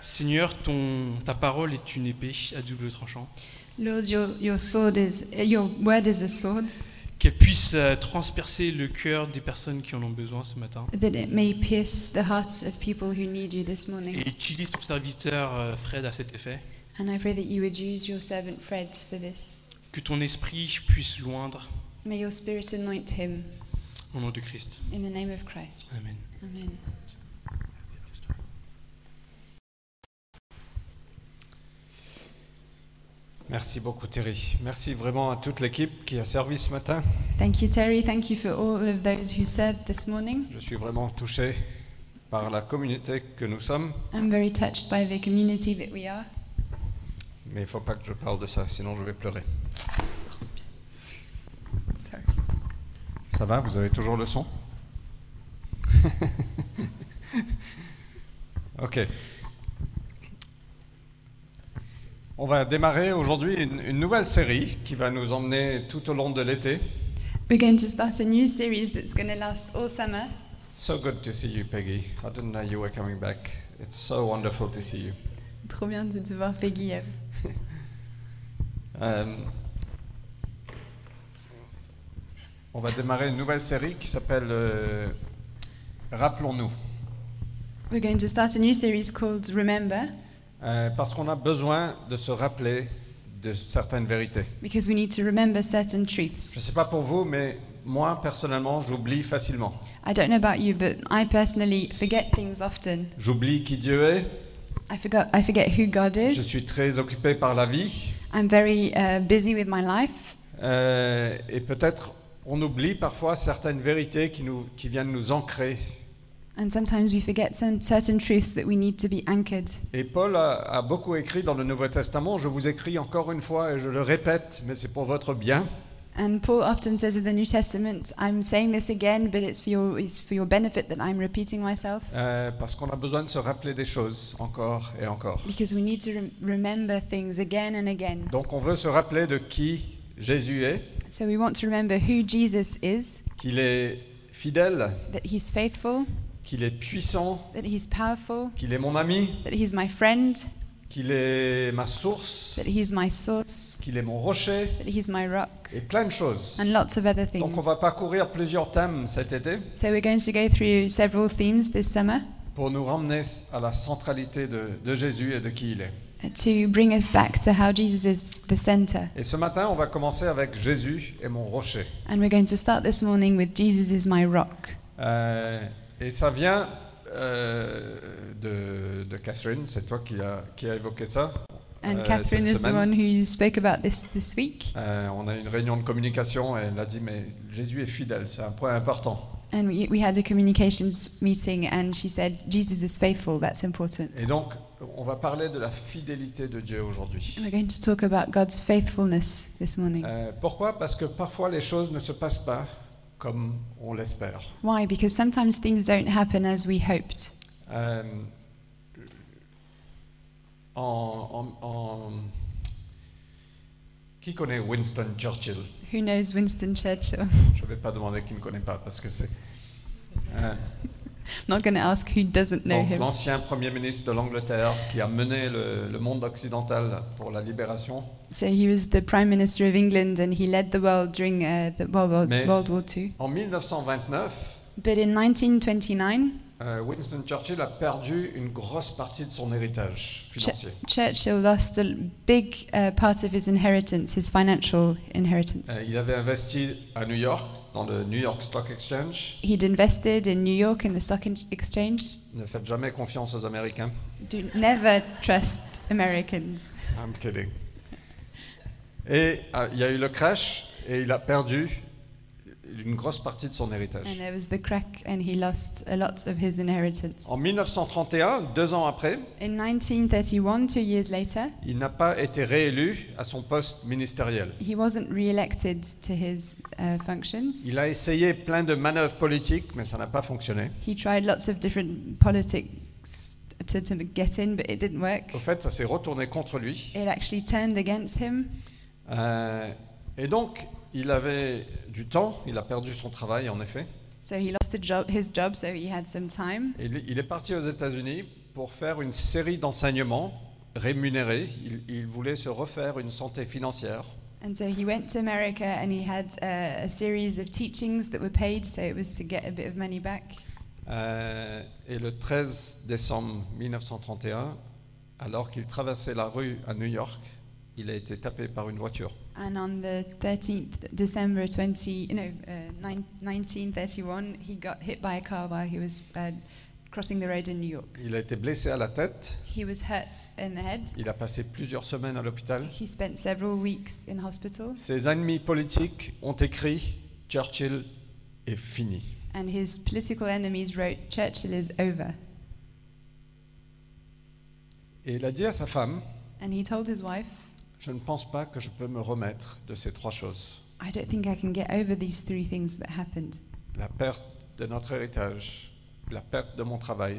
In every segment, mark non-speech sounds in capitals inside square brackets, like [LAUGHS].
Seigneur, ton, ta parole est une épée à double tranchant, Lord, your, your sword is eh, your word is a sword qu'elle puisse euh, transpercer le cœur des personnes qui en ont besoin ce matin. that it may pierce the hearts of people who need you this morning. Et utilise ton serviteur euh, Fred à cet effet, And I pray that you would use your servant Fred for this. que ton esprit puisse loindre May your spirit anoint him au nom de Christ. in the name of Christ. Amen. Amen. Merci beaucoup Thierry. Merci vraiment à toute l'équipe qui a servi ce matin. Thank you, Terry. Thank you for all of those who served this morning. Je suis vraiment touché par la communauté que nous sommes, I'm very touched by the community that we are. mais il ne faut pas que je parle de ça, sinon je vais pleurer. Sorry. Ça va, vous avez toujours le son [LAUGHS] Ok. On va démarrer aujourd'hui une, une nouvelle série qui va nous emmener tout au long de l'été. We're going to start a new series that's going to last all summer. So good to see you, Peggy. I didn't know you were coming back. It's so wonderful to see you. Trop bien de te voir, Peggy. Euh, on va démarrer une nouvelle série qui s'appelle euh, Rappelons-nous. We're going to start a new series called Remember Euh, parce qu'on a besoin de se rappeler de certaines vérités. because we need to remember certain Je truths. ne sais pas pour vous, mais moi, personnellement, j'oublie facilement. I don't know about you, but I personally forget things often. J'oublie qui Dieu est. I forgot I forget who God Je is. suis très occupé par la vie. I'm very uh, busy with my life, Euh, et peut-être on oublie parfois certaines vérités qui, nous, qui viennent nous ancrer. and sometimes we forget some certain truths that we need to be anchored. Et Paul a, a beaucoup écrit dans le Nouveau Testament. Je vous écris encore une fois et je le répète, mais c'est pour votre bien. And Paul often says in the New Testament, "I'm saying this again, but it's for your it's for your benefit that I'm repeating myself." Euh, parce qu'on a besoin de se rappeler des choses encore et encore. Because we need to rem- remember things again and again. Donc on veut se rappeler de qui Jésus est, So we want to remember who Jesus is, qu'il est fidèle, that he's faithful, qu'il est puissant, that he's powerful, qu'il est mon ami, that he's my friend, qu'il est ma source, that he's my source, qu'il est mon rocher, that he's my rock, et plein de choses. and lots of other Donc on things. va parcourir plusieurs thèmes cet été So we're going to go through several themes this summer pour nous ramener à la centralité de, de Jésus et de qui il est. uh, to bring us back to how Jesus is the center. Et ce matin, on va commencer avec Jésus et mon rocher. And we're going to start this morning with Jesus is my rock. Euh, et ça vient euh, de, de Catherine, c'est toi qui as qui a évoqué ça. And euh, Catherine cette is the semaine. one who spoke about this this week. Euh, on a eu une réunion de communication et elle a dit mais Jésus est fidèle, c'est un point important. And we, we had a communications meeting, and she said, Jesus is faithful, that's important. Et donc on va parler de la fidélité de Dieu And We're aujourd'hui. going to talk about God's faithfulness this morning. Euh, pourquoi Parce que parfois les choses ne se passent pas comme on l'espère. Why? Because sometimes things don't happen as we hoped. Euh, en, en- en- qui connaît Winston Churchill Who knows Winston Churchill? [LAUGHS] Je ne vais pas demander qui ne connaît pas parce que c'est Euh, Not going to ask who doesn't know donc, him. l'ancien premier ministre de l'Angleterre qui a mené le, le monde occidental pour la libération. So he was the Prime Minister of England and he led the world during uh, the World War, Mais- World War II. En 1929, But in 1929, euh, Winston Churchill a perdu une grosse partie de son héritage financier. Churchill lost a l- big uh, part of his inheritance, his financial inheritance. Euh, il avait investi à New York, dans le New York Stock Exchange. He'd invested in New York in the stock in- exchange. Ne faites jamais confiance aux Américains. Do never trust Americans. I'm kidding. Et euh, il y a eu le crash et il a perdu une grosse partie de son And héritage. there was the crack, and he lost a lot of his inheritance. En 1931, deux ans après, In 1931, two years later, il n'a pas été réélu à son poste ministériel. he wasn't re-elected to his uh, functions. Il a essayé plein de manœuvres politiques, mais ça n'a pas fonctionné. He tried lots of different politics to, to get in, but it didn't work. Au fait, ça s'est retourné contre lui. It actually turned against him. Euh, et donc, il avait du temps, il a perdu son travail en effet. So he lost a job, his job, so he had some time. Et il il est parti aux États-Unis pour faire une série d'enseignements rémunérés. Il, il voulait se refaire une santé financière. And so he went to America and he had uh, a series of teachings that were paid, so it was to get a bit of money back. Euh, et le 13 décembre 1931, alors qu'il traversait la rue à New York, il a été tapé par une voiture. And on the 13th December 20, no, uh, nine- 1931, he got hit by a car while he was uh, crossing the road in New York. Il a été blessé à la tête. He was hurt in the head. Il a passé plusieurs semaines à l'hôpital. He spent several weeks in hospital, Ses ennemis politiques ont écrit Churchill est fini. and his political enemies wrote, Churchill is over. Et il a dit à sa femme And he told his wife, Je ne pense pas que je peux me remettre de ces trois choses I don't think I can get over these three things that happened la perte de notre héritage, la perte de mon travail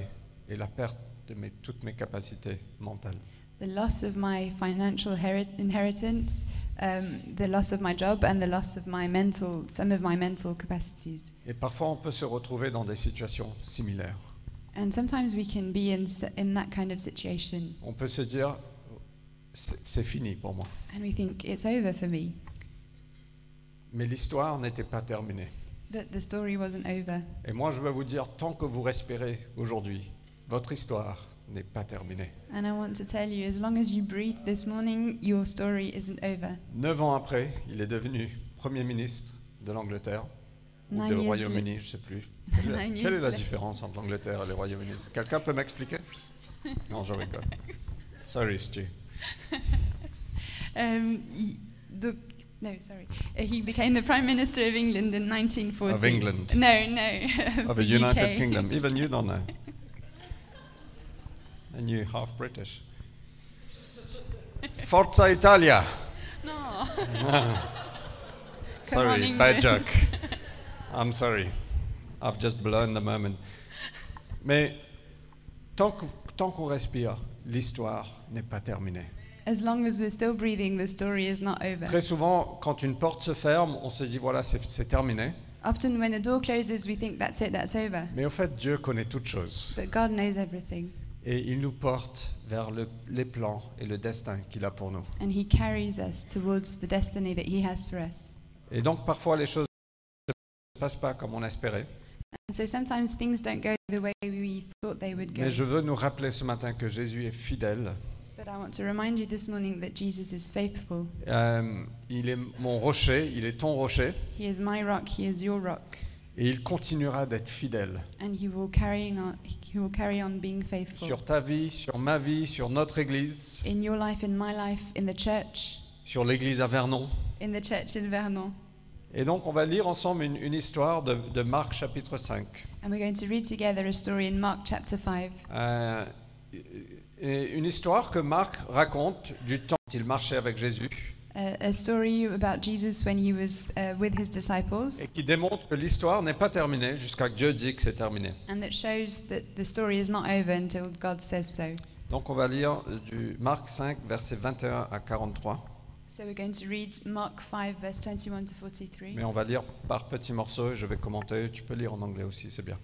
et la perte de mes- toutes mes capacités mentales. the loss of my financial heri- inheritance, um, the loss of my job, and the loss of my mental, some of my mental capacities. Et parfois, on peut se retrouver dans des situations similaires. And sometimes we can be in, s- in that kind of situation On peut se dire C'est c'est fini pour moi. and we think it's over for me. Mais l'histoire n'était pas terminée. But the story wasn't over. Et moi, je veux vous dire tant que vous respirez aujourd'hui, votre histoire n'est pas terminée. And I want to tell you as long as you breathe this morning, your story isn't over. Neuf ans après, il est devenu Premier ministre de l'Angleterre, ou Nine du years Royaume-Uni, je ne sais plus. Quelle, Nine quelle est years la later. différence entre l'Angleterre et le Royaume-Uni Quelqu'un peut m'expliquer Non, je rigole. Sorry, Stu. Um, y- the, no, sorry. Uh, he became the Prime Minister of England in 1940. Of England. No, no. [LAUGHS] Of the the United UK. Kingdom. Even you don't know. And you half British. Forza Italia. No. Come on, [LAUGHS] sorry, England. bad joke. I'm sorry. I've just blown the moment. Mais tant que- tant qu'on respire, l'histoire n'est pas terminée. As long as we're still breathing, the story is not over. Très souvent, quand une porte se ferme, on se dit voilà, c'est c'est terminé. Often when a door closes, we think that's it, that's over. Mais au fait, Dieu connaît toutes choses. But God knows everything. Et il nous porte vers le- les plans et le destin qu'il a pour nous. and he carries us towards the destiny that he has for us. Et donc, parfois, les choses ne se passent pas comme on espérait. And so sometimes things don't go the way we thought they would go. Mais je veux nous rappeler ce matin que Jésus est fidèle. But I want to remind you this morning that Jesus is faithful. Euh, il est mon rocher, il est ton rocher. He is my rock, he is your rock, Et il continuera d'être fidèle and he will carrying on he will carry on being faithful sur ta vie, sur ma vie, sur notre église, in your life, in my life, in the church, sur l'église à Vernon. in the church in Vernon. Et donc, on va lire ensemble une, une histoire de, de Marc chapitre 5. And we're going to read together a story in Mark chapter 5. Euh, et une histoire que Marc raconte du temps qu'il marchait avec Jésus A, a story about Jesus when he was uh, with his disciples, et qui démontre que l'histoire n'est pas terminée jusqu'à que Dieu dit que c'est terminé. and that shows that the story is not over until God says so. Donc on va lire du Marc 5, versets 21 à 43, So we're going to read Mark 5, verse 21 to 43. mais on va lire par petits morceaux et je vais commenter. Tu peux lire en anglais aussi, c'est bien.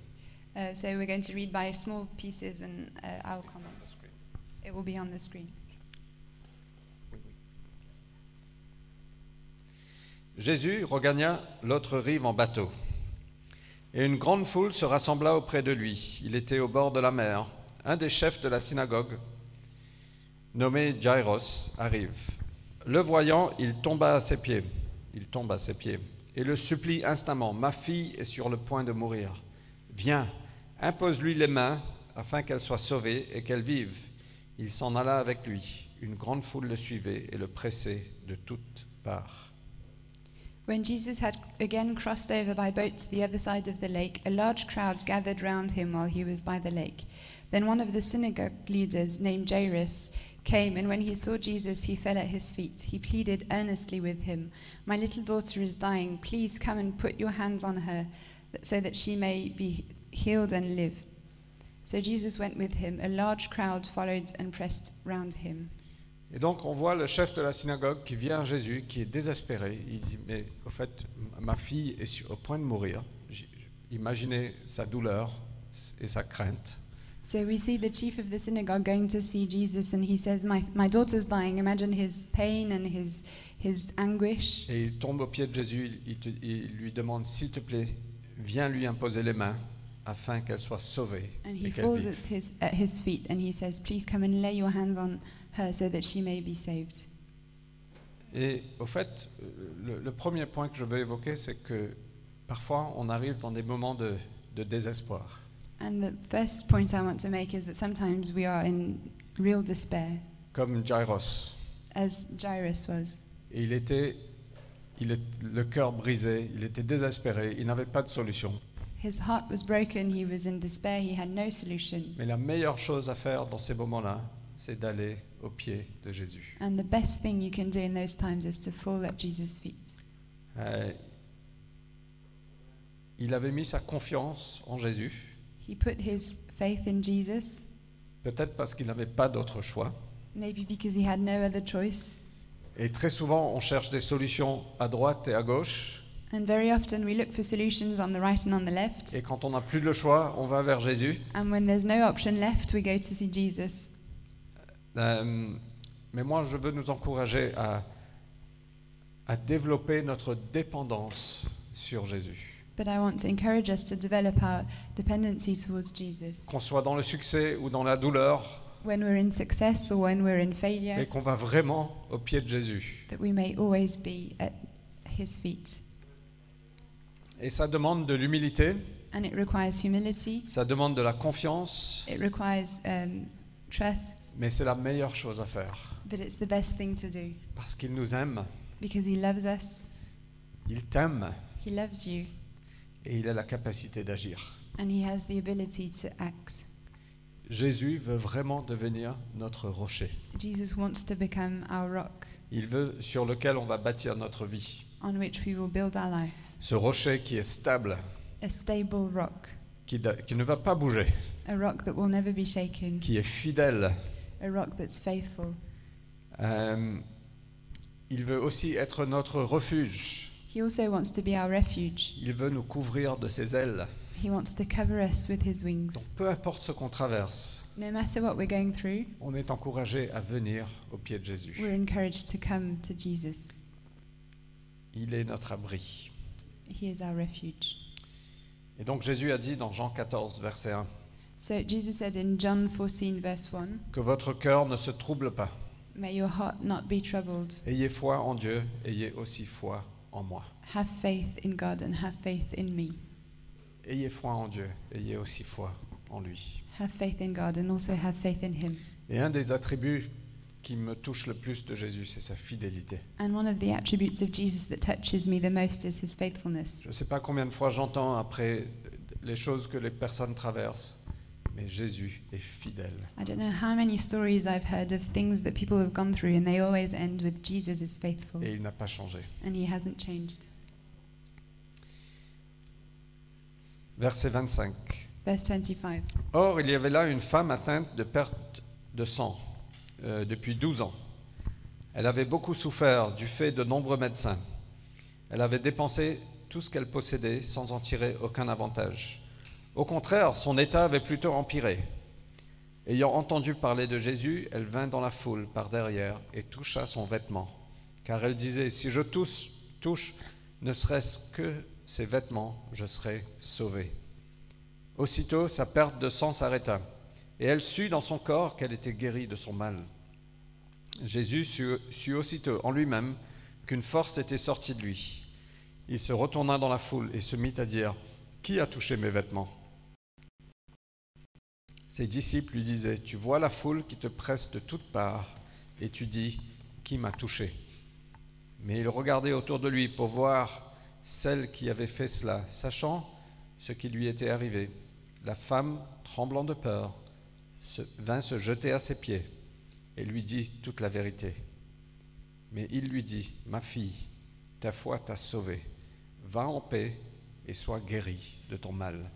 Uh, so we're going to read by small pieces and uh, I'll comment. It will be on the screen. Jésus regagna l'autre rive en bateau. Et une grande foule se rassembla auprès de lui. Il était au bord de la mer. Un des chefs de la synagogue, nommé Jairus, arrive. Le voyant, il tomba à ses pieds. Il tombe à ses pieds et le supplie instamment. Ma fille est sur le point de mourir. Viens, impose-lui les mains afin qu'elle soit sauvée et qu'elle vive. Il s'en alla avec lui. Une grande foule le suivait et le pressait de toutes parts. When Jesus had again crossed over by boat to the other side of the lake, a large crowd gathered round him while he was by the lake. Then one of the synagogue leaders, named Jairus, came, and when he saw Jesus, he fell at his feet. He pleaded earnestly with him, My little daughter is dying. Please come and put your hands on her that- so that she may be healed and live. So Jesus went with him. A large crowd followed and pressed round him. Et donc on voit le chef de la synagogue qui vient à Jésus, qui est désespéré. Il dit, mais au fait, m- ma fille est sur- au point de mourir. J- Imaginez sa douleur et sa crainte. So we see the chief of the synagogue going to see Jesus, and he says, "My my daughter's dying." Imagine his pain and his his anguish. Et il tombe aux pieds de Jésus, il, te- il lui demande, s'il te plaît, viens lui imposer les mains afin qu'elle soit sauvée And et he qu'elle falls vive. at his, at his feet and he says, Please come and lay your hands on her so that she may be saved. Et au fait, euh, le, le premier point que je veux évoquer, c'est que parfois on arrive dans des moments de, de désespoir. And the first point I want to make is that sometimes we are in real despair, comme Jairus. as Jairus was. Et il était il est- le cœur brisé, il était désespéré, il n'avait pas de solution. His heart was broken, he was in despair, he had no solution. Mais la meilleure chose à faire dans ces moments-là, c'est d'aller aux pieds de Jésus. And the best thing you can do in those times is to fall at Jesus' feet. Euh, il avait mis sa confiance en Jésus, He put his faith in Jesus, peut-être parce qu'il n'avait pas d'autre choix. maybe because he had no other choice. Et très souvent, on cherche des solutions à droite et à gauche. And very often we look for solutions on the right and on the left. Et quand on n'a plus le choix, on va vers Jésus. And when there's no option left, we go to see Jesus. Euh, mais moi, je veux nous encourager à, à développer notre dépendance sur Jésus. But I want to encourage us to develop our dependency towards Jesus. Qu'on soit dans le succès ou dans la douleur, When we're in success or when we're in failure, mais qu'on va vraiment au pied de Jésus. that we may always be at his feet. Et ça demande de l'humilité, And it requires humility, ça demande de la confiance, it requires um, trust, mais c'est la meilleure chose à faire. but it's the best thing to do Parce qu'il nous aime, because he loves us, il t'aime, he loves you, et il a la capacité d'agir. and he has the ability to act. Jésus veut vraiment devenir notre rocher. Jesus wants to become our rock Il veut sur lequel on va bâtir notre vie. on which we will build our life, Ce rocher qui est stable, a stable rock, qui, da- qui ne va pas bouger, a rock that will never be shaken, qui est fidèle. a rock that's faithful. Euh, il veut aussi être notre refuge. He also wants to be our refuge. Il veut nous couvrir de ses ailes. He wants to cover us with his Donc wings. peu importe ce qu'on traverse, No matter what we're going through, on est encouragé à venir au pied de we're Jésus. encouraged to come to Jesus. Il est notre abri. He is our refuge. Et donc Jésus a dit dans Jean 14, verset 1, So Jesus said in John 14, verse 1, que votre cœur ne se trouble pas. May your heart not be troubled. Ayez foi en Dieu, ayez aussi foi en moi. Have faith in God and have faith in me. Ayez foi en Dieu, ayez aussi foi en lui. Have faith in God and also have faith in him. Et un des attributs qui me touche le plus de Jésus, c'est sa fidélité. And one of the attributes of Jesus that touches me the most is his faithfulness. Je ne sais pas combien de fois j'entends après les choses que les personnes traversent, mais Jésus est fidèle. I don't know how many stories I've heard of things that people have gone through, and they always end with Jesus is faithful, Et il n'a pas changé. and he hasn't changed. Verset 25. Verse 25. Or, il y avait là une femme atteinte de perte de sang euh, depuis 12 ans. Elle avait beaucoup souffert du fait de nombreux médecins. Elle avait dépensé tout ce qu'elle possédait sans en tirer aucun avantage. Au contraire, son état avait plutôt empiré. Ayant entendu parler de Jésus, elle vint dans la foule par derrière et toucha son vêtement, car elle disait, Si je touche, touche ne serait-ce que ses vêtements, je serai sauvée. Aussitôt, sa perte de sang s'arrêta, et elle sut dans son corps qu'elle était guérie de son mal. Jésus sut, sut aussitôt en lui-même qu'une force était sortie de lui. Il se retourna dans la foule et se mit à dire, Qui a touché mes vêtements Ses disciples lui disaient, Tu vois la foule qui te presse de toutes parts, et tu dis, Qui m'a touché Mais il regardait autour de lui pour voir celle qui avait fait cela, sachant ce qui lui était arrivé. La femme, tremblant de peur, se- vint se jeter à ses pieds et lui dit toute la vérité. Mais il lui dit, Ma fille, ta foi t'a sauvée, va en paix et sois guérie de ton mal.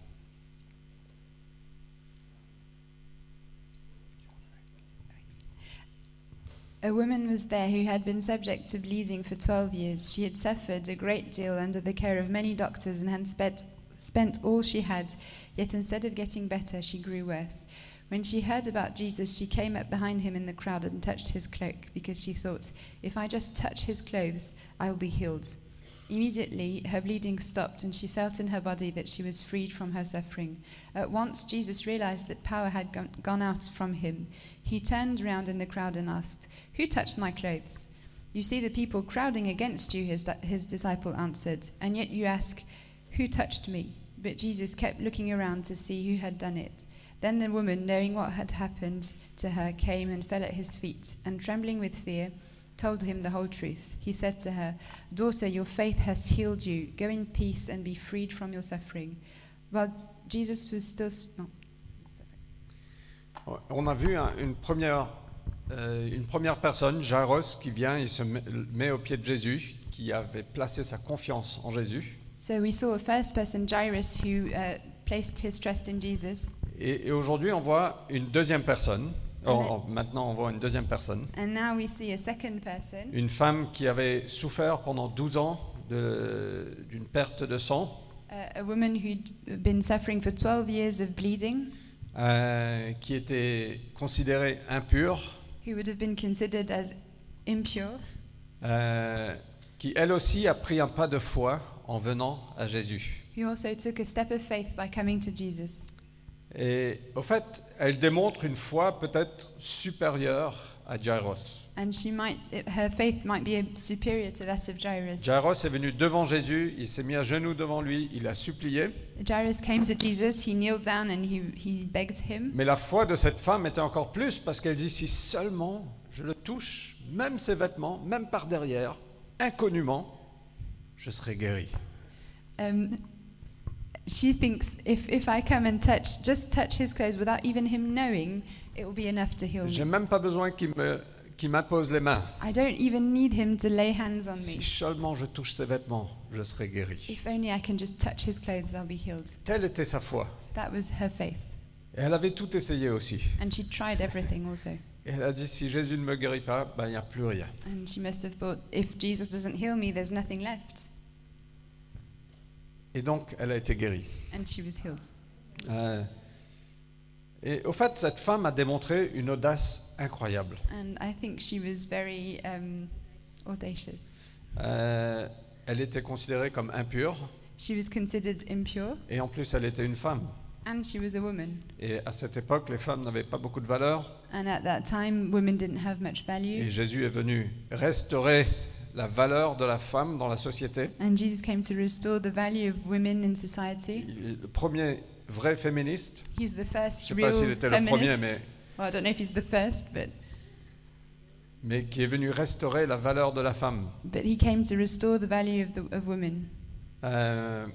A woman was there who had been subject to bleeding for 12 years. She had suffered a great deal under the care of many doctors and had spent, spent all she had, yet instead of getting better, she grew worse. When she heard about Jesus, she came up behind him in the crowd and touched his cloak, because she thought, If I just touch his clothes, I will be healed. Immediately, her bleeding stopped, and she felt in her body that she was freed from her suffering. At once, Jesus realized that power had gone- gone out from him. He turned round in the crowd and asked, Who touched my clothes? You see the people crowding against you, his, his disciple answered, and yet you ask, Who touched me? But Jesus kept looking around to see who had done it. Then the woman, knowing what had happened to her, came and fell at his feet, and trembling with fear, told him the whole truth. He said to her, Daughter, your faith has healed you. Go in peace and be freed from your suffering. While Jesus was still. s- No. On a vu un- une, première, euh, une première personne, Jairus, qui vient et se met- met au pied de Jésus, qui avait placé sa confiance en Jésus. So we saw a first person, Jairus, who uh, placed his trust in Jesus. Et, et aujourd'hui, on voit une deuxième personne. Oh, Amen. oh, maintenant, on voit une deuxième personne. And now we see a second person, Une femme qui avait souffert pendant 12 ans de- d'une perte de sang, uh, a woman who'd been suffering for 12 years of bleeding, euh, qui était considérée impure, who would have been considered as impure, euh, qui elle aussi a pris un pas de foi en venant à Jésus. who also took a step of faith by coming to Jesus. Et au fait, elle démontre une foi peut-être supérieure à Jairus. And she might, it- her faith might be superior to that of Jairus. Jairus est venu devant Jésus, il s'est mis à genoux devant lui, il a supplié, Jairus came to Jesus, he kneeled down and he, he begged him. mais la foi de cette femme était encore plus parce qu'elle dit si seulement je le touche, même ses vêtements, même par derrière, inconnument, je serai guéri. Um, she thinks, if, if I come and touch, just touch his clothes without even him knowing, it will be enough to heal J'ai me. même pas besoin qu'il me qu'il m'impose les mains. I don't even need him to lay hands on Si me. seulement je touche ses vêtements, je serai guéri. If only I can just touch his clothes, I'll be healed. Telle était sa foi. That was her faith. Et elle avait tout essayé aussi. And she tried everything also. Et elle a dit si Jésus ne me guérit pas, ben, il n'y a plus rien. And she must have thought, if Jesus doesn't heal me, there's nothing left. Et donc, elle a été guérie. And she was healed. Euh, et au fait, cette femme a démontré une audace incroyable. And I think she was very um, audacious. Euh, elle était considérée comme impure, She was considered impure, et en plus, elle était une femme. and she was a woman. Et à cette époque, les femmes n'avaient pas beaucoup de valeur, And at that time, women didn't have much et value. Jésus est venu restaurer la valeur de la femme dans la société. And Jesus came to restore the value of women in society. Il est le premier vrai féministe. He's the Je first sais real pas s'il était le feminist. premier, mais, Well, I don't know if he's the first, but mais qui est venu restaurer la valeur de la femme. but he came to restore the value of the of women. Euh,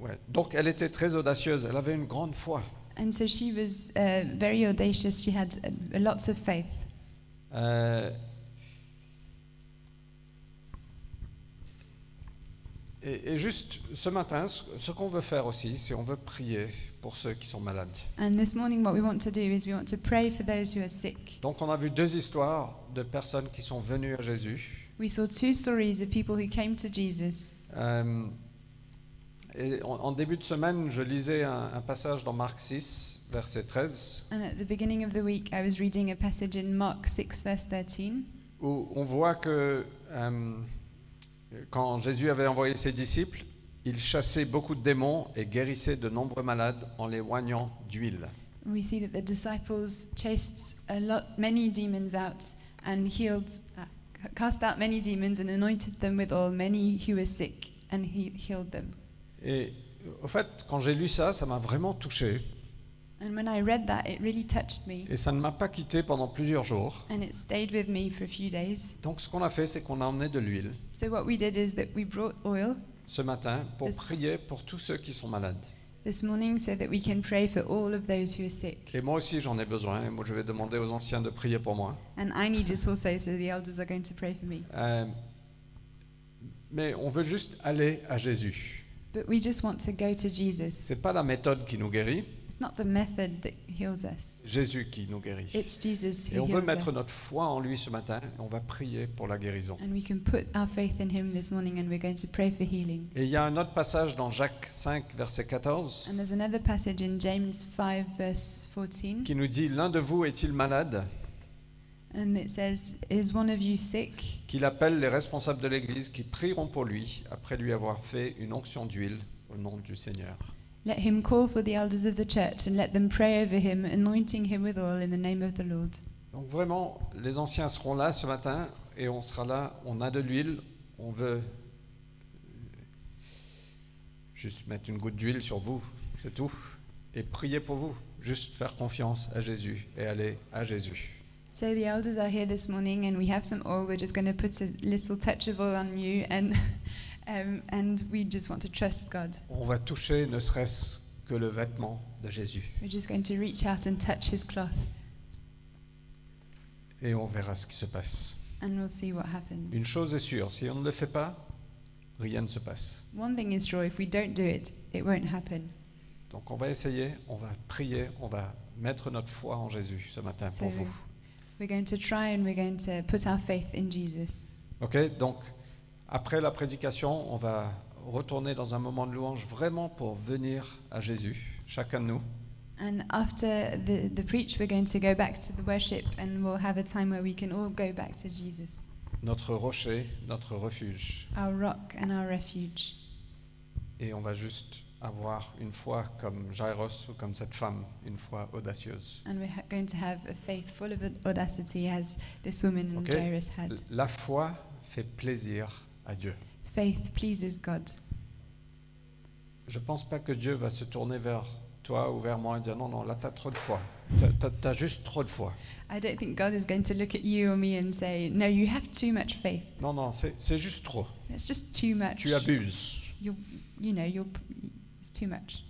ouais. Donc elle était très audacieuse, elle avait une grande foi. And so she was uh, very audacious. She had uh, lots of faith. Euh, et, et juste ce matin, ce, ce qu'on veut faire aussi, c'est on veut prier pour ceux qui sont malades. And this morning, what we want to do is we want to pray for those who are sick. Donc on a vu deux histoires de personnes qui sont venues à Jésus. We saw two stories of people who came to Jesus. Euh, et en, en début de semaine, je lisais un, un passage dans Marc 6, verset 13, And at the beginning of the week, I was reading a passage in Mark 6, verse 13, où on voit que euh, quand Jésus avait envoyé ses disciples, il chassait beaucoup de démons et guérissait de nombreux malades en les oignant d'huile. we see that the disciples chased a lot, many demons out and healed, uh, ca- cast out many demons and anointed them with oil, many who were sick, and he healed them. Et euh, au fait, quand j'ai lu ça, ça m'a vraiment touché. And when I read that, it really touched me, Et ça ne m'a pas quitté pendant plusieurs jours. and it stayed with me for a few days. Donc ce qu'on a fait, c'est qu'on a emmené de l'huile So what we did is that we brought oil ce matin pour Est-ce- prier pour tous ceux qui sont malades. this morning so that we can pray for all of those who are sick. Et moi aussi, j'en ai besoin. Et moi, je vais demander aux anciens de prier pour moi. And I need it also, so the elders are going to pray for me. Euh, mais on veut juste aller à Jésus. But we just want to go to Jesus. C'est pas la méthode qui nous guérit. It's not the method that heals us. Jésus qui nous guérit. It's Jesus Et who on veut heals mettre us. notre foi en lui ce matin et on va prier pour la guérison. And we can put our faith in him this morning and we're going to pray for healing. Et il y a un autre passage dans Jacques 5, verset 14, And there's another passage in James 5 verse 14 qui nous dit L'un de vous est-il malade and it says, "Is one of you sick? qu'il appelle les responsables de l'Église qui prieront pour lui après lui avoir fait une onction d'huile au nom du Seigneur. Let him call for the elders of the church and let them pray over him, anointing him with oil in the name of the Lord." Donc vraiment, les anciens seront là ce matin et on sera là, on a de l'huile, on veut juste mettre une goutte d'huile sur vous, c'est tout, et prier pour vous, juste faire confiance à Jésus et aller à Jésus. So the elders are here this morning, and we have some oil. We're just going to put a little touch of oil on you, and [LAUGHS] um, and we just want to trust God. On va toucher ne serait-ce que le vêtement de Jésus We're just going to reach out and touch His cloth, et on verra ce qui se passe. and we'll see what happens. Une chose est sûre, si on ne le fait pas, rien ne se passe. One thing is sure: if we don't do it, it won't happen. Donc on va essayer, on va prier, on va mettre notre foi en Jésus ce matin C'est pour vrai. vous. We're going to try, and we're going to put our faith in Jesus. Ok, donc après la prédication, on va retourner dans un moment de louange vraiment pour venir à Jésus, chacun de nous. And after the the preach, we're going to go back to the worship, and we'll have a time where we can all go back to Jesus, Notre rocher, notre refuge. our rock and our refuge. Et on va juste avoir une foi comme Jairus ou comme cette femme, une foi audacieuse. And we're ha- going to have a faith full of audacity as this woman in Okay. Jairus had. La foi fait plaisir à Dieu. Faith pleases God. Je pense pas que Dieu va se tourner vers toi ou vers moi et dire non, non, là t'as trop de foi. T'as- T'as as juste trop de foi. I don't think God is going to look at you or me and say, No, you have too much faith. Non, non, c'est c'est juste trop. That's just too much. Tu abuses. You're, you know, you're, p- it's too much.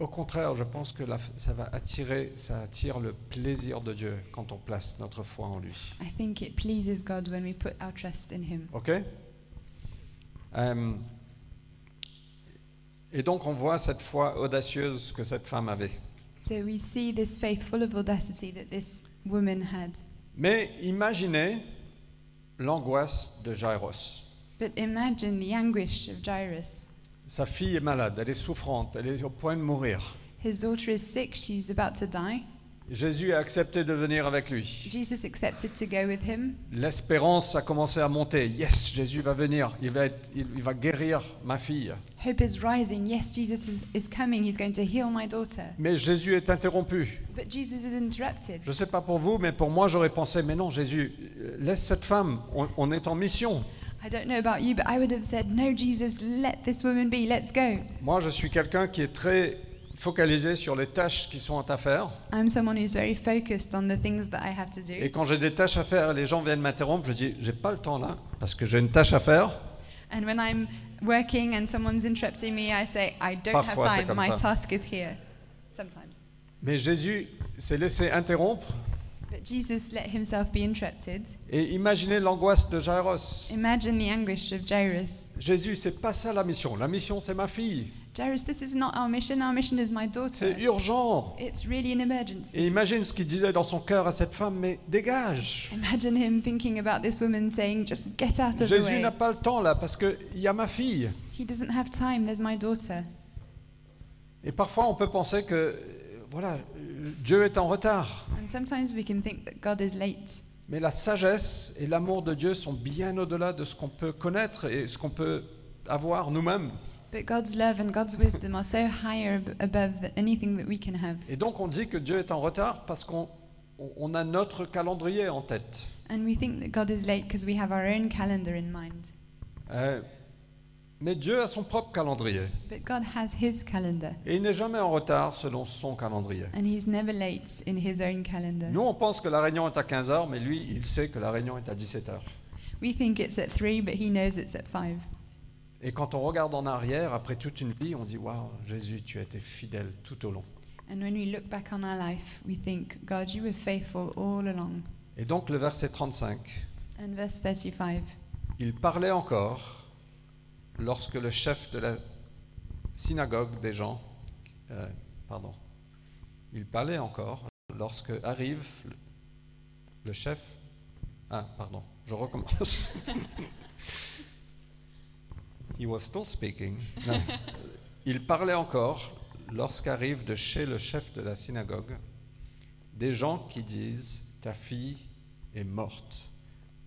Au contraire, je pense que la- ça va attirer, ça attire le plaisir de Dieu quand on place notre foi en lui. I think it pleases God when we put our trust in Him. Ok Euh, Et donc on voit cette foi audacieuse que cette femme avait. So we see this faith full of audacity that this woman had. Mais imaginez l'angoisse de Jairus. But imagine the anguish of Jairus. Sa fille est malade, elle est souffrante, elle est au point de mourir. His daughter is sick, she's about to die. Jésus a accepté de venir avec lui. Jesus accepted to go with him. L'espérance a commencé à monter. Yes, Jésus va venir. Il va, être- il- il va guérir ma fille. Hope is rising. Yes, Jesus is, is coming. He's going to heal my daughter. Mais Jésus est interrompu. But Jesus is interrupted. Je ne sais pas pour vous, mais pour moi, j'aurais pensé, mais non, Jésus, euh, laisse cette femme. On, on est en mission. I don't know about you, but I would have said, No, Jesus, let this woman be. Let's go. Moi, je suis quelqu'un qui est très focalisé sur les tâches qui sont à faire. I'm someone who's very focused on the things that I have to Et do. quand j'ai des tâches à faire et les gens viennent m'interrompre, je dis, j'ai pas le temps là, parce que j'ai une tâche à faire. And when I'm working and someone's interrupting me, I say, I don't Parfois, c'est have comme time. My ça. task is here. Sometimes. Mais Jésus s'est laissé interrompre. But Jesus let himself be interrupted. Et imaginez l'angoisse de Jairus. Imagine the anguish of Jairus. Jésus, c'est pas ça la mission. La mission, c'est ma fille. Jairus, this is not our mission. Our mission is my C'est daughter. urgent. It's really an emergency. Et imagine ce qu'il disait dans son cœur à cette femme, mais dégage. Imagine him thinking about this woman saying, just get out of the Jésus way. n'a pas le temps là parce qu'il y a ma fille. He doesn't have time, there's my daughter. Et parfois on peut penser que euh, voilà, euh, Dieu est en retard. And sometimes we can think that God is late. Mais la sagesse et l'amour de Dieu sont bien au-delà de ce qu'on peut connaître et ce qu'on peut avoir nous-mêmes. But God's love and God's wisdom are so higher ab- above th- anything that we can have. Et donc on dit que Dieu est en retard parce qu'on on- on a notre calendrier en tête. And we think that God is late because we have our own calendar in mind. Euh, mais Dieu a son propre calendrier. But God has his calendar, Et il n'est jamais en retard selon son calendrier. and he's never late in his own calendar. Nous, on pense que la réunion est à 15h, mais lui, il sait que la réunion est à 17h. We think it's at three, but he knows it's at five. Et quand on regarde en arrière, après toute une vie, on dit Waouh, Jésus, tu as été fidèle tout au long. And when we look back on our life, we think, God, you were faithful all along. Et donc, le verset 35, And verse 35. il parlait encore lorsque le chef de la synagogue des gens, euh, pardon, Il parlait encore lorsque arrive le chef. Ah, pardon, je recommence. He was still speaking. Non. Il parlait encore lorsqu'arrive de chez le chef de la synagogue des gens qui disent Ta fille est morte.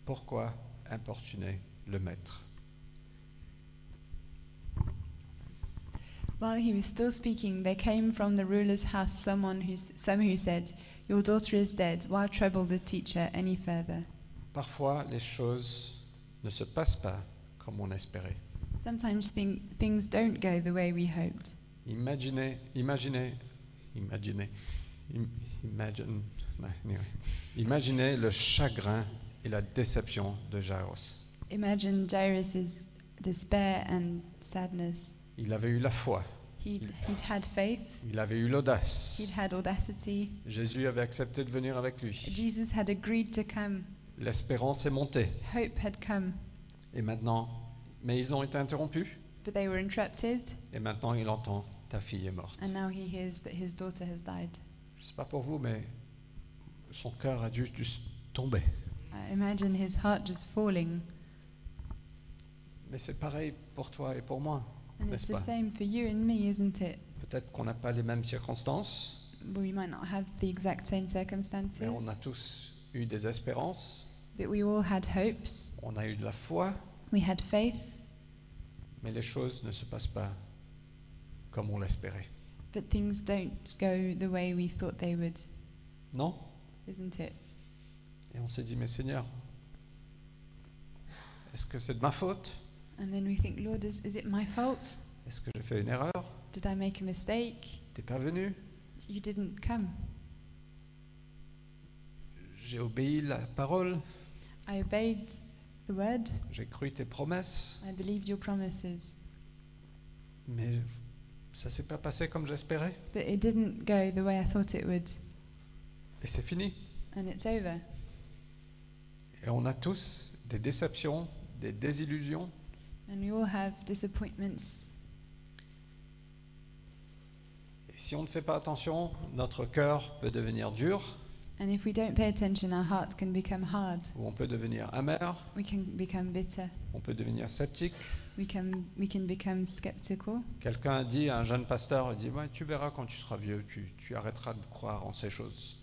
Pourquoi importuner le maître While he was still speaking, there came from the ruler's house someone who, s- some who said, Your daughter is dead. Why trouble the teacher any further? Parfois, les choses ne se passent pas comme on espérait. Sometimes thing, things don't go the way we hoped. Imaginez, imaginez, imaginez, im- imagine, no, anyway. imaginez le chagrin et la déception de Jairus. Imagine Jairus' despair and sadness. Il avait eu la foi, He'd, he'd had faith, il avait eu l'audace. he'd had audacity. Jésus avait accepté de venir avec lui. Jesus had agreed to come, L'espérance est montée. hope had come, Et maintenant, mais ils ont été interrompus. but they were interrupted, Et maintenant, il entend ta fille est morte. and now he hears that his daughter has died. Je sais pas pour vous, mais son cœur a juste dû s- tomber. I imagine his heart just falling. Mais c'est pareil pour toi et pour moi. And it's N'est-ce the pas? same for you and me, isn't it? Peut-être qu'on n'a pas les mêmes circonstances. We might not have the exact same Mais on circumstances, a tous eu des espérances, but we all had hopes, on a eu de la foi, we had faith, mais les choses ne se passent pas comme on l'espérait. but things don't go the way we thought they would, Non isn't it? Et on s'est dit, mais Seigneur, est-ce que c'est de ma faute And then we think, Lord, is, is it my fault? Est-ce que j'ai fait une erreur Did I make a mistake? T'es pas venu You didn't come. J'ai obéi la parole, I obeyed the word, j'ai cru tes promesses, I believed your promises, mais ça s'est pas passé comme j'espérais. but it didn't go the way I thought it would, Et c'est fini. and it's over. Et on a tous des déceptions, des désillusions, And we all have disappointments. et si on ne fait pas attention, notre cœur peut devenir dur, And if we don't pay attention, our heart can become hard. ou on peut devenir amer, We can become bitter. on peut devenir sceptique. We can, we can become skeptical. Quelqu'un a dit à un jeune pasteur, il dit, Ouais, tu verras quand tu seras vieux, tu, tu arrêteras de croire en ces choses.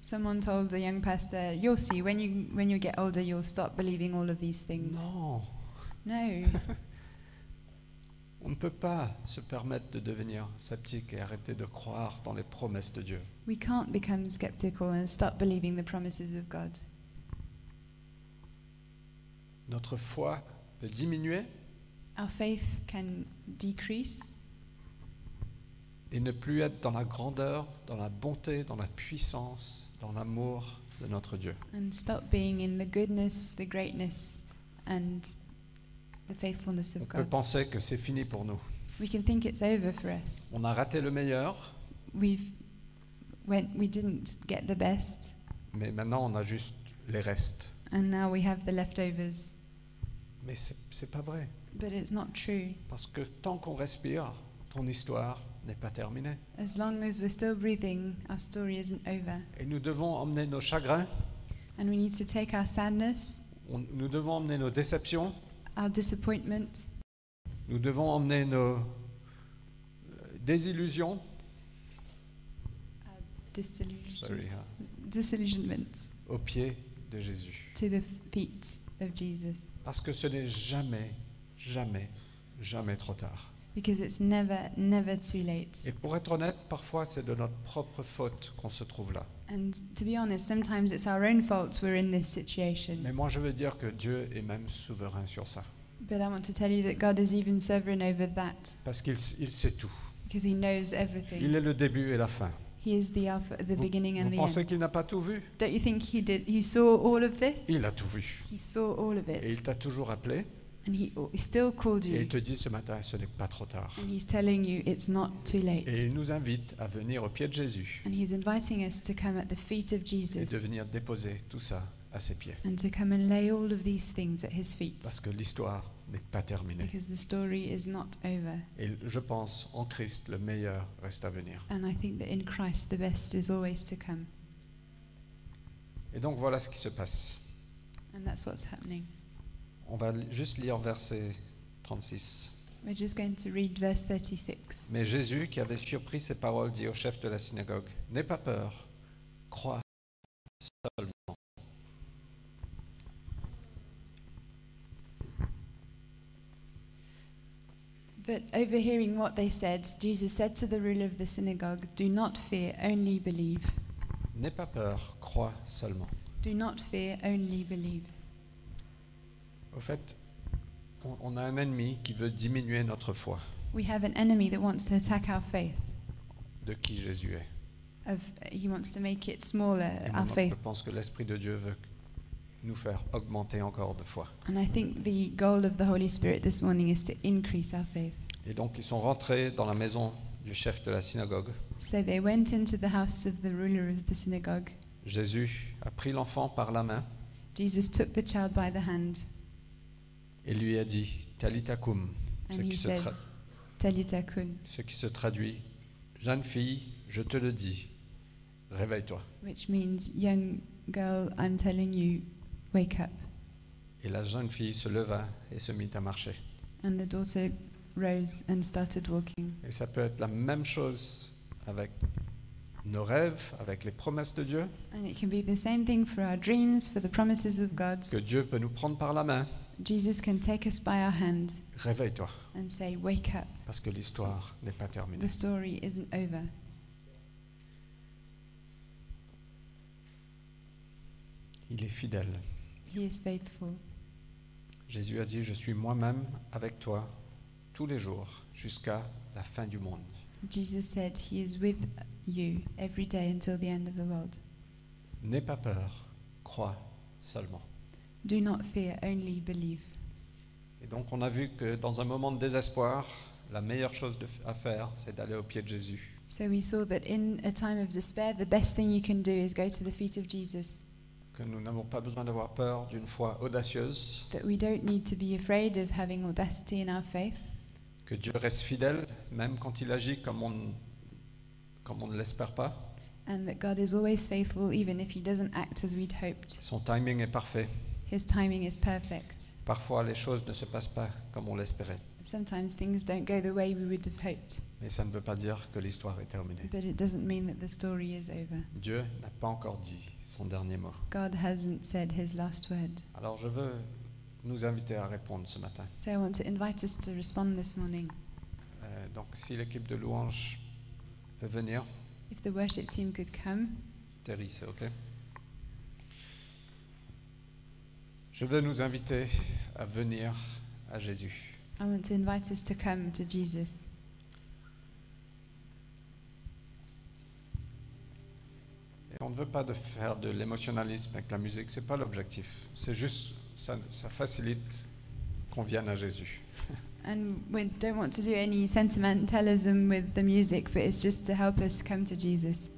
Someone told a young pastor, You'll see, when you, when you get older, you'll stop believing all of these things. Non, No, on ne peut pas se permettre de devenir sceptique et arrêter de croire dans les promesses de Dieu. we can't become skeptical and stop believing the promises of God. Notre foi peut diminuer Our faith can decrease et ne plus être dans la grandeur, dans la bonté, dans la puissance, dans l'amour de notre Dieu. and stop being in the goodness, the greatness, and the faithfulness On of peut God. penser que c'est fini pour nous. We can think it's over for us. On a raté le meilleur, We've went, we didn't get the best, mais maintenant on a juste les restes. and now we have the leftovers. Mais c'est c'est pas vrai. But it's not true. Parce que tant qu'on respire, ton histoire n'est pas terminée. As long as we're still breathing, our story isn't over. Et nous devons emmener nos chagrins, And we need to take our sadness, on- nous devons emmener nos déceptions, our disappointment, nous devons emmener nos euh, désillusions. disillusion, Sorry, hein, disillusionment Au pied de Jésus. to the feet of Jesus. Parce que ce n'est jamais, jamais, jamais trop tard. Because it's never, never too late. Et pour être honnête, parfois c'est de notre propre faute qu'on se trouve là. And to be honest, sometimes it's our own fault we're in this Mais situation. moi je veux dire que Dieu est même souverain sur ça. But I want to tell you that God is even sovereign over that Parce qu'il s- il sait tout. because He knows Il everything. est le début et la fin. He is the Alpha, the beginning Vous and the pensez end. qu'il n'a pas tout vu Don't you think He did? He saw all of this. Il a tout vu. He saw all of Et il it, t'a toujours appelé and He, he still called et il you. te dit ce matin, ce n'est pas trop tard. And He's telling you it's not too Et late. il nous invite à venir au pied de Jésus And He's inviting us to come at the feet of et de Jesus venir déposer tout ça à ses pieds. and to come and lay all of these things at His feet Parce que l'histoire n'est pas terminé. because the story is not over. Et je pense, en Christ, le meilleur reste à venir. And I think that in Christ, the best is always to come. Et donc voilà ce qui se passe. And that's what's happening. On va li- juste lire verset 36. We're just going to read verse 36. Mais Jésus, qui avait surpris ces paroles, dit au chef de la synagogue, N'aie pas peur, crois seulement. But overhearing what they said, Jesus said to the ruler of the synagogue, Do not fear, only believe. N'aie pas peur, crois seulement. Do not fear, only believe. Au fait, on, on a un ennemi qui veut diminuer notre foi We have an enemy that wants to attack our faith. de qui Jésus est. Of, he wants to make it smaller, Et our moi, faith. je pense que l'Esprit de Dieu veut nous faire augmenter encore de foi. And I think the goal of the Holy Spirit this morning is to increase our faith. Et donc ils sont rentrés dans la maison du chef de la synagogue. So they went into the house of the ruler of the synagogue. Jésus a pris l'enfant par la main Jesus took the child by the hand et lui a dit Talitakum, ce and he qui, se said, tra- Talita kun, ce qui se traduit Jeune fille, je te le dis, réveille-toi. which means, Young girl, I'm telling you, wake up. Et la jeune fille se leva et se mit à marcher. And the daughter rose and started walking. Et ça peut être la même chose avec nos rêves, avec les promesses de Dieu, And it can be the same thing for our dreams, for the promises of God. que Dieu peut nous prendre par la main. Jesus can take us by our hand Réveille-toi, and say, Wake up. parce que l'histoire n'est pas terminée. The story isn't over. Il est fidèle. He is faithful. Jésus a dit, je suis moi-même avec toi tous les jours jusqu'à la fin du monde. Jesus said, He is with you every day until the end of the world. N'aie pas peur, crois seulement. Do not fear, only believe. Et donc on a vu que dans un moment de désespoir, la meilleure chose de- à faire, c'est d'aller au pied de Jésus. So we saw that in a time of despair, the best thing you can do is go to the feet of Jesus. Que nous n'avons pas besoin d'avoir peur d'une foi audacieuse, That we don't need to be afraid of having audacity in our faith. que Dieu reste fidèle, même quand il agit comme on, comme on ne l'espère pas. And that God is always faithful, even if He doesn't act as we'd hoped. Son timing est parfait. His timing is perfect. Parfois les choses ne se passent pas comme on l'espérait. Sometimes things don't go the way we would have hoped, Mais ça ne veut pas dire que l'histoire est terminée. but it doesn't mean that the story is over. Dieu n'a pas encore dit son dernier mot. God hasn't said His last word. Alors je veux nous inviter à répondre ce matin. So I want to invite us to respond this morning. Euh, donc si l'équipe de louanges peut venir, If the worship team could come, Terry, c'est OK Je veux nous inviter à venir à Jésus. I want to invite us to come to Jesus. Et on ne veut pas de faire de l'émotionnalisme avec la musique, c'est pas l'objectif. C'est juste, ça, ça facilite qu'on vienne à Jésus. And we don't want to do any sentimentalism with the music, but it's just to help us come to Jesus.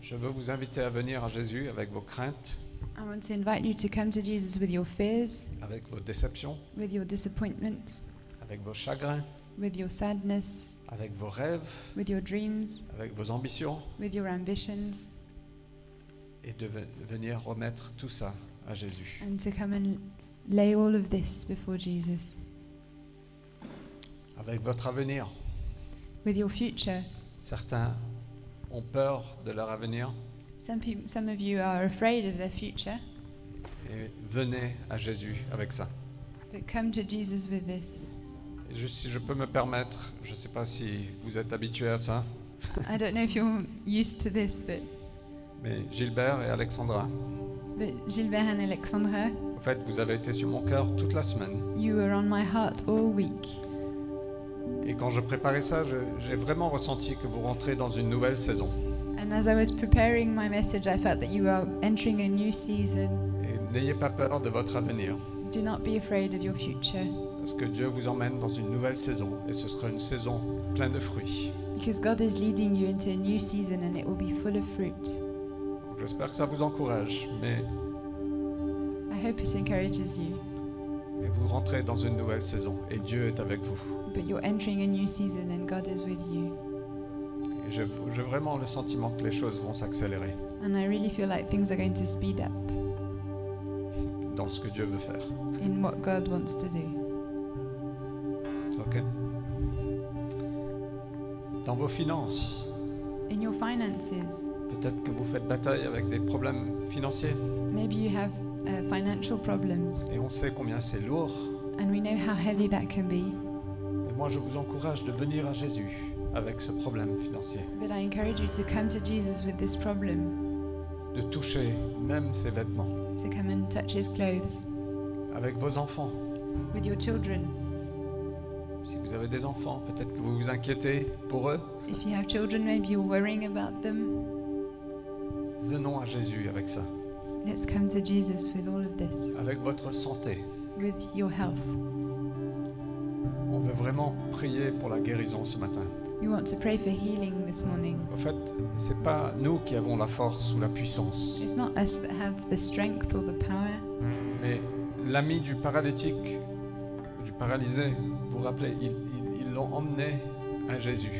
Je veux vous inviter à venir à Jésus avec vos craintes, I want to invite you to come to Jesus with your fears, avec vos déceptions, with your disappointment, avec vos chagrins, with your sadness, avec vos rêves, with your dreams, avec vos ambitions with your ambitions, et de ve- venir remettre tout ça à Jésus. and to come and lay all of this before Jesus. Avec votre avenir, With your future, certains ont peur de leur avenir some, peop some of you are afraid of their future, et venez à Jésus avec ça. but come to Jesus with this. Et juste si je peux me permettre, je ne sais pas si vous êtes habitués à ça, I don't know if you're used to this, but, mais Gilbert et Alexandra, but Gilbert and Alexandra, en fait, vous avez été sur mon cœur toute la semaine. you were on my heart all week. Et quand je préparais ça, je- j'ai vraiment ressenti que vous rentrez dans une nouvelle saison. And as I was preparing my message, I felt that you are entering a new season. Et n'ayez pas peur de votre avenir, Do not be afraid of your future, parce que Dieu vous emmène dans une nouvelle saison, et ce sera une saison pleine de fruits. because God is leading you into a new season and it will be full of fruit. J'espère que ça vous encourage, mais I hope it encourages you. mais vous rentrez dans une nouvelle saison et Dieu est avec vous. But you're entering a new season and God is with you. Et J'ai j'ai vraiment le sentiment que les choses vont s'accélérer And I really feel like things are going to speed up dans ce que Dieu veut faire. in what God wants to do. Ok Dans vos finances, In your finances, peut-être que vous faites bataille avec des problèmes financiers maybe you have uh, financial problems et on sait combien c'est lourd. and we know how heavy that can be. Et moi, je vous encourage de venir à Jésus avec ce problème financier, But I encourage you to come to Jesus with this problem, de toucher même ses vêtements, to come and touch his clothes avec vos enfants. with your children. Si vous avez des enfants, peut-être que vous vous inquiétez pour eux. If you have children, maybe you're worrying about them. Venons à Jésus avec ça, Let's come to Jesus with all of this, avec votre santé. with your health. On veut vraiment prier pour la guérison ce matin. We want to pray for healing this morning. En fait, c'est pas nous qui avons la force ou la puissance, It's not us that have the strength or the power, mais l'ami du paralytique, du paralysé, vous vous rappelez, ils ils- ils l'ont emmené à Jésus.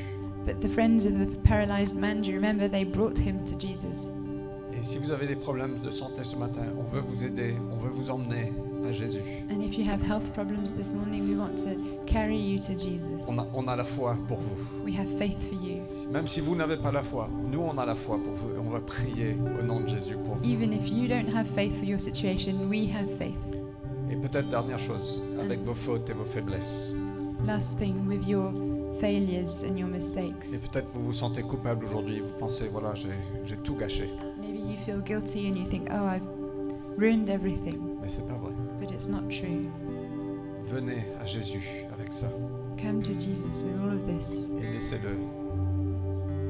but the friends of the paralyzed man, do you remember they brought him to Jesus? Et si vous avez des problèmes de santé ce matin, on veut vous aider, on veut vous emmener à Jésus. And if you have health problems this morning, we want to carry you to Jesus. On a, on a la foi pour vous. We have faith for you. Même si vous n'avez pas la foi, nous on a la foi pour vous et on va prier au nom de Jésus pour vous. Even if you don't have faith for your situation, we have faith. Et peut-être dernière chose, avec vos fautes et vos faiblesses. Last thing, with your failures and your Et mistakes, peut-être vous vous sentez coupable aujourd'hui, vous pensez, voilà, j'ai j'ai tout gâché. maybe you feel guilty and you think, oh, I've ruined everything, Mais c'est pas vrai. but it's not true. Venez à Jésus avec ça Come to Jesus with all of this et laissez-le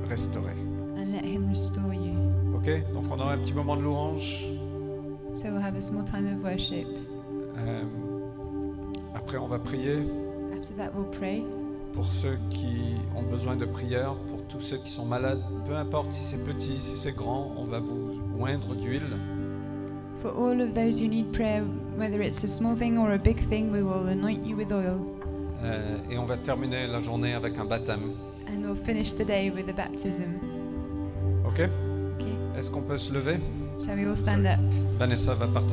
restaurer. and let Him restore you. Ok Donc on aura un petit moment de louange. So we'll have a small time of worship. Euh, après on va prier After that, we'll pray pour ceux qui ont besoin de prière, pour tous ceux qui sont malades. Peu importe si c'est petit, si c'est grand, on va vous oindre d'huile. for all of those who need prayer, whether it's a small thing or a big thing. We will anoint you with oil, Euh, et on va terminer la journée avec un baptême. and we'll finish the day with a baptism. Ok Okay, Est-ce qu'on peut se lever shall we all stand up? Vanessa va partager.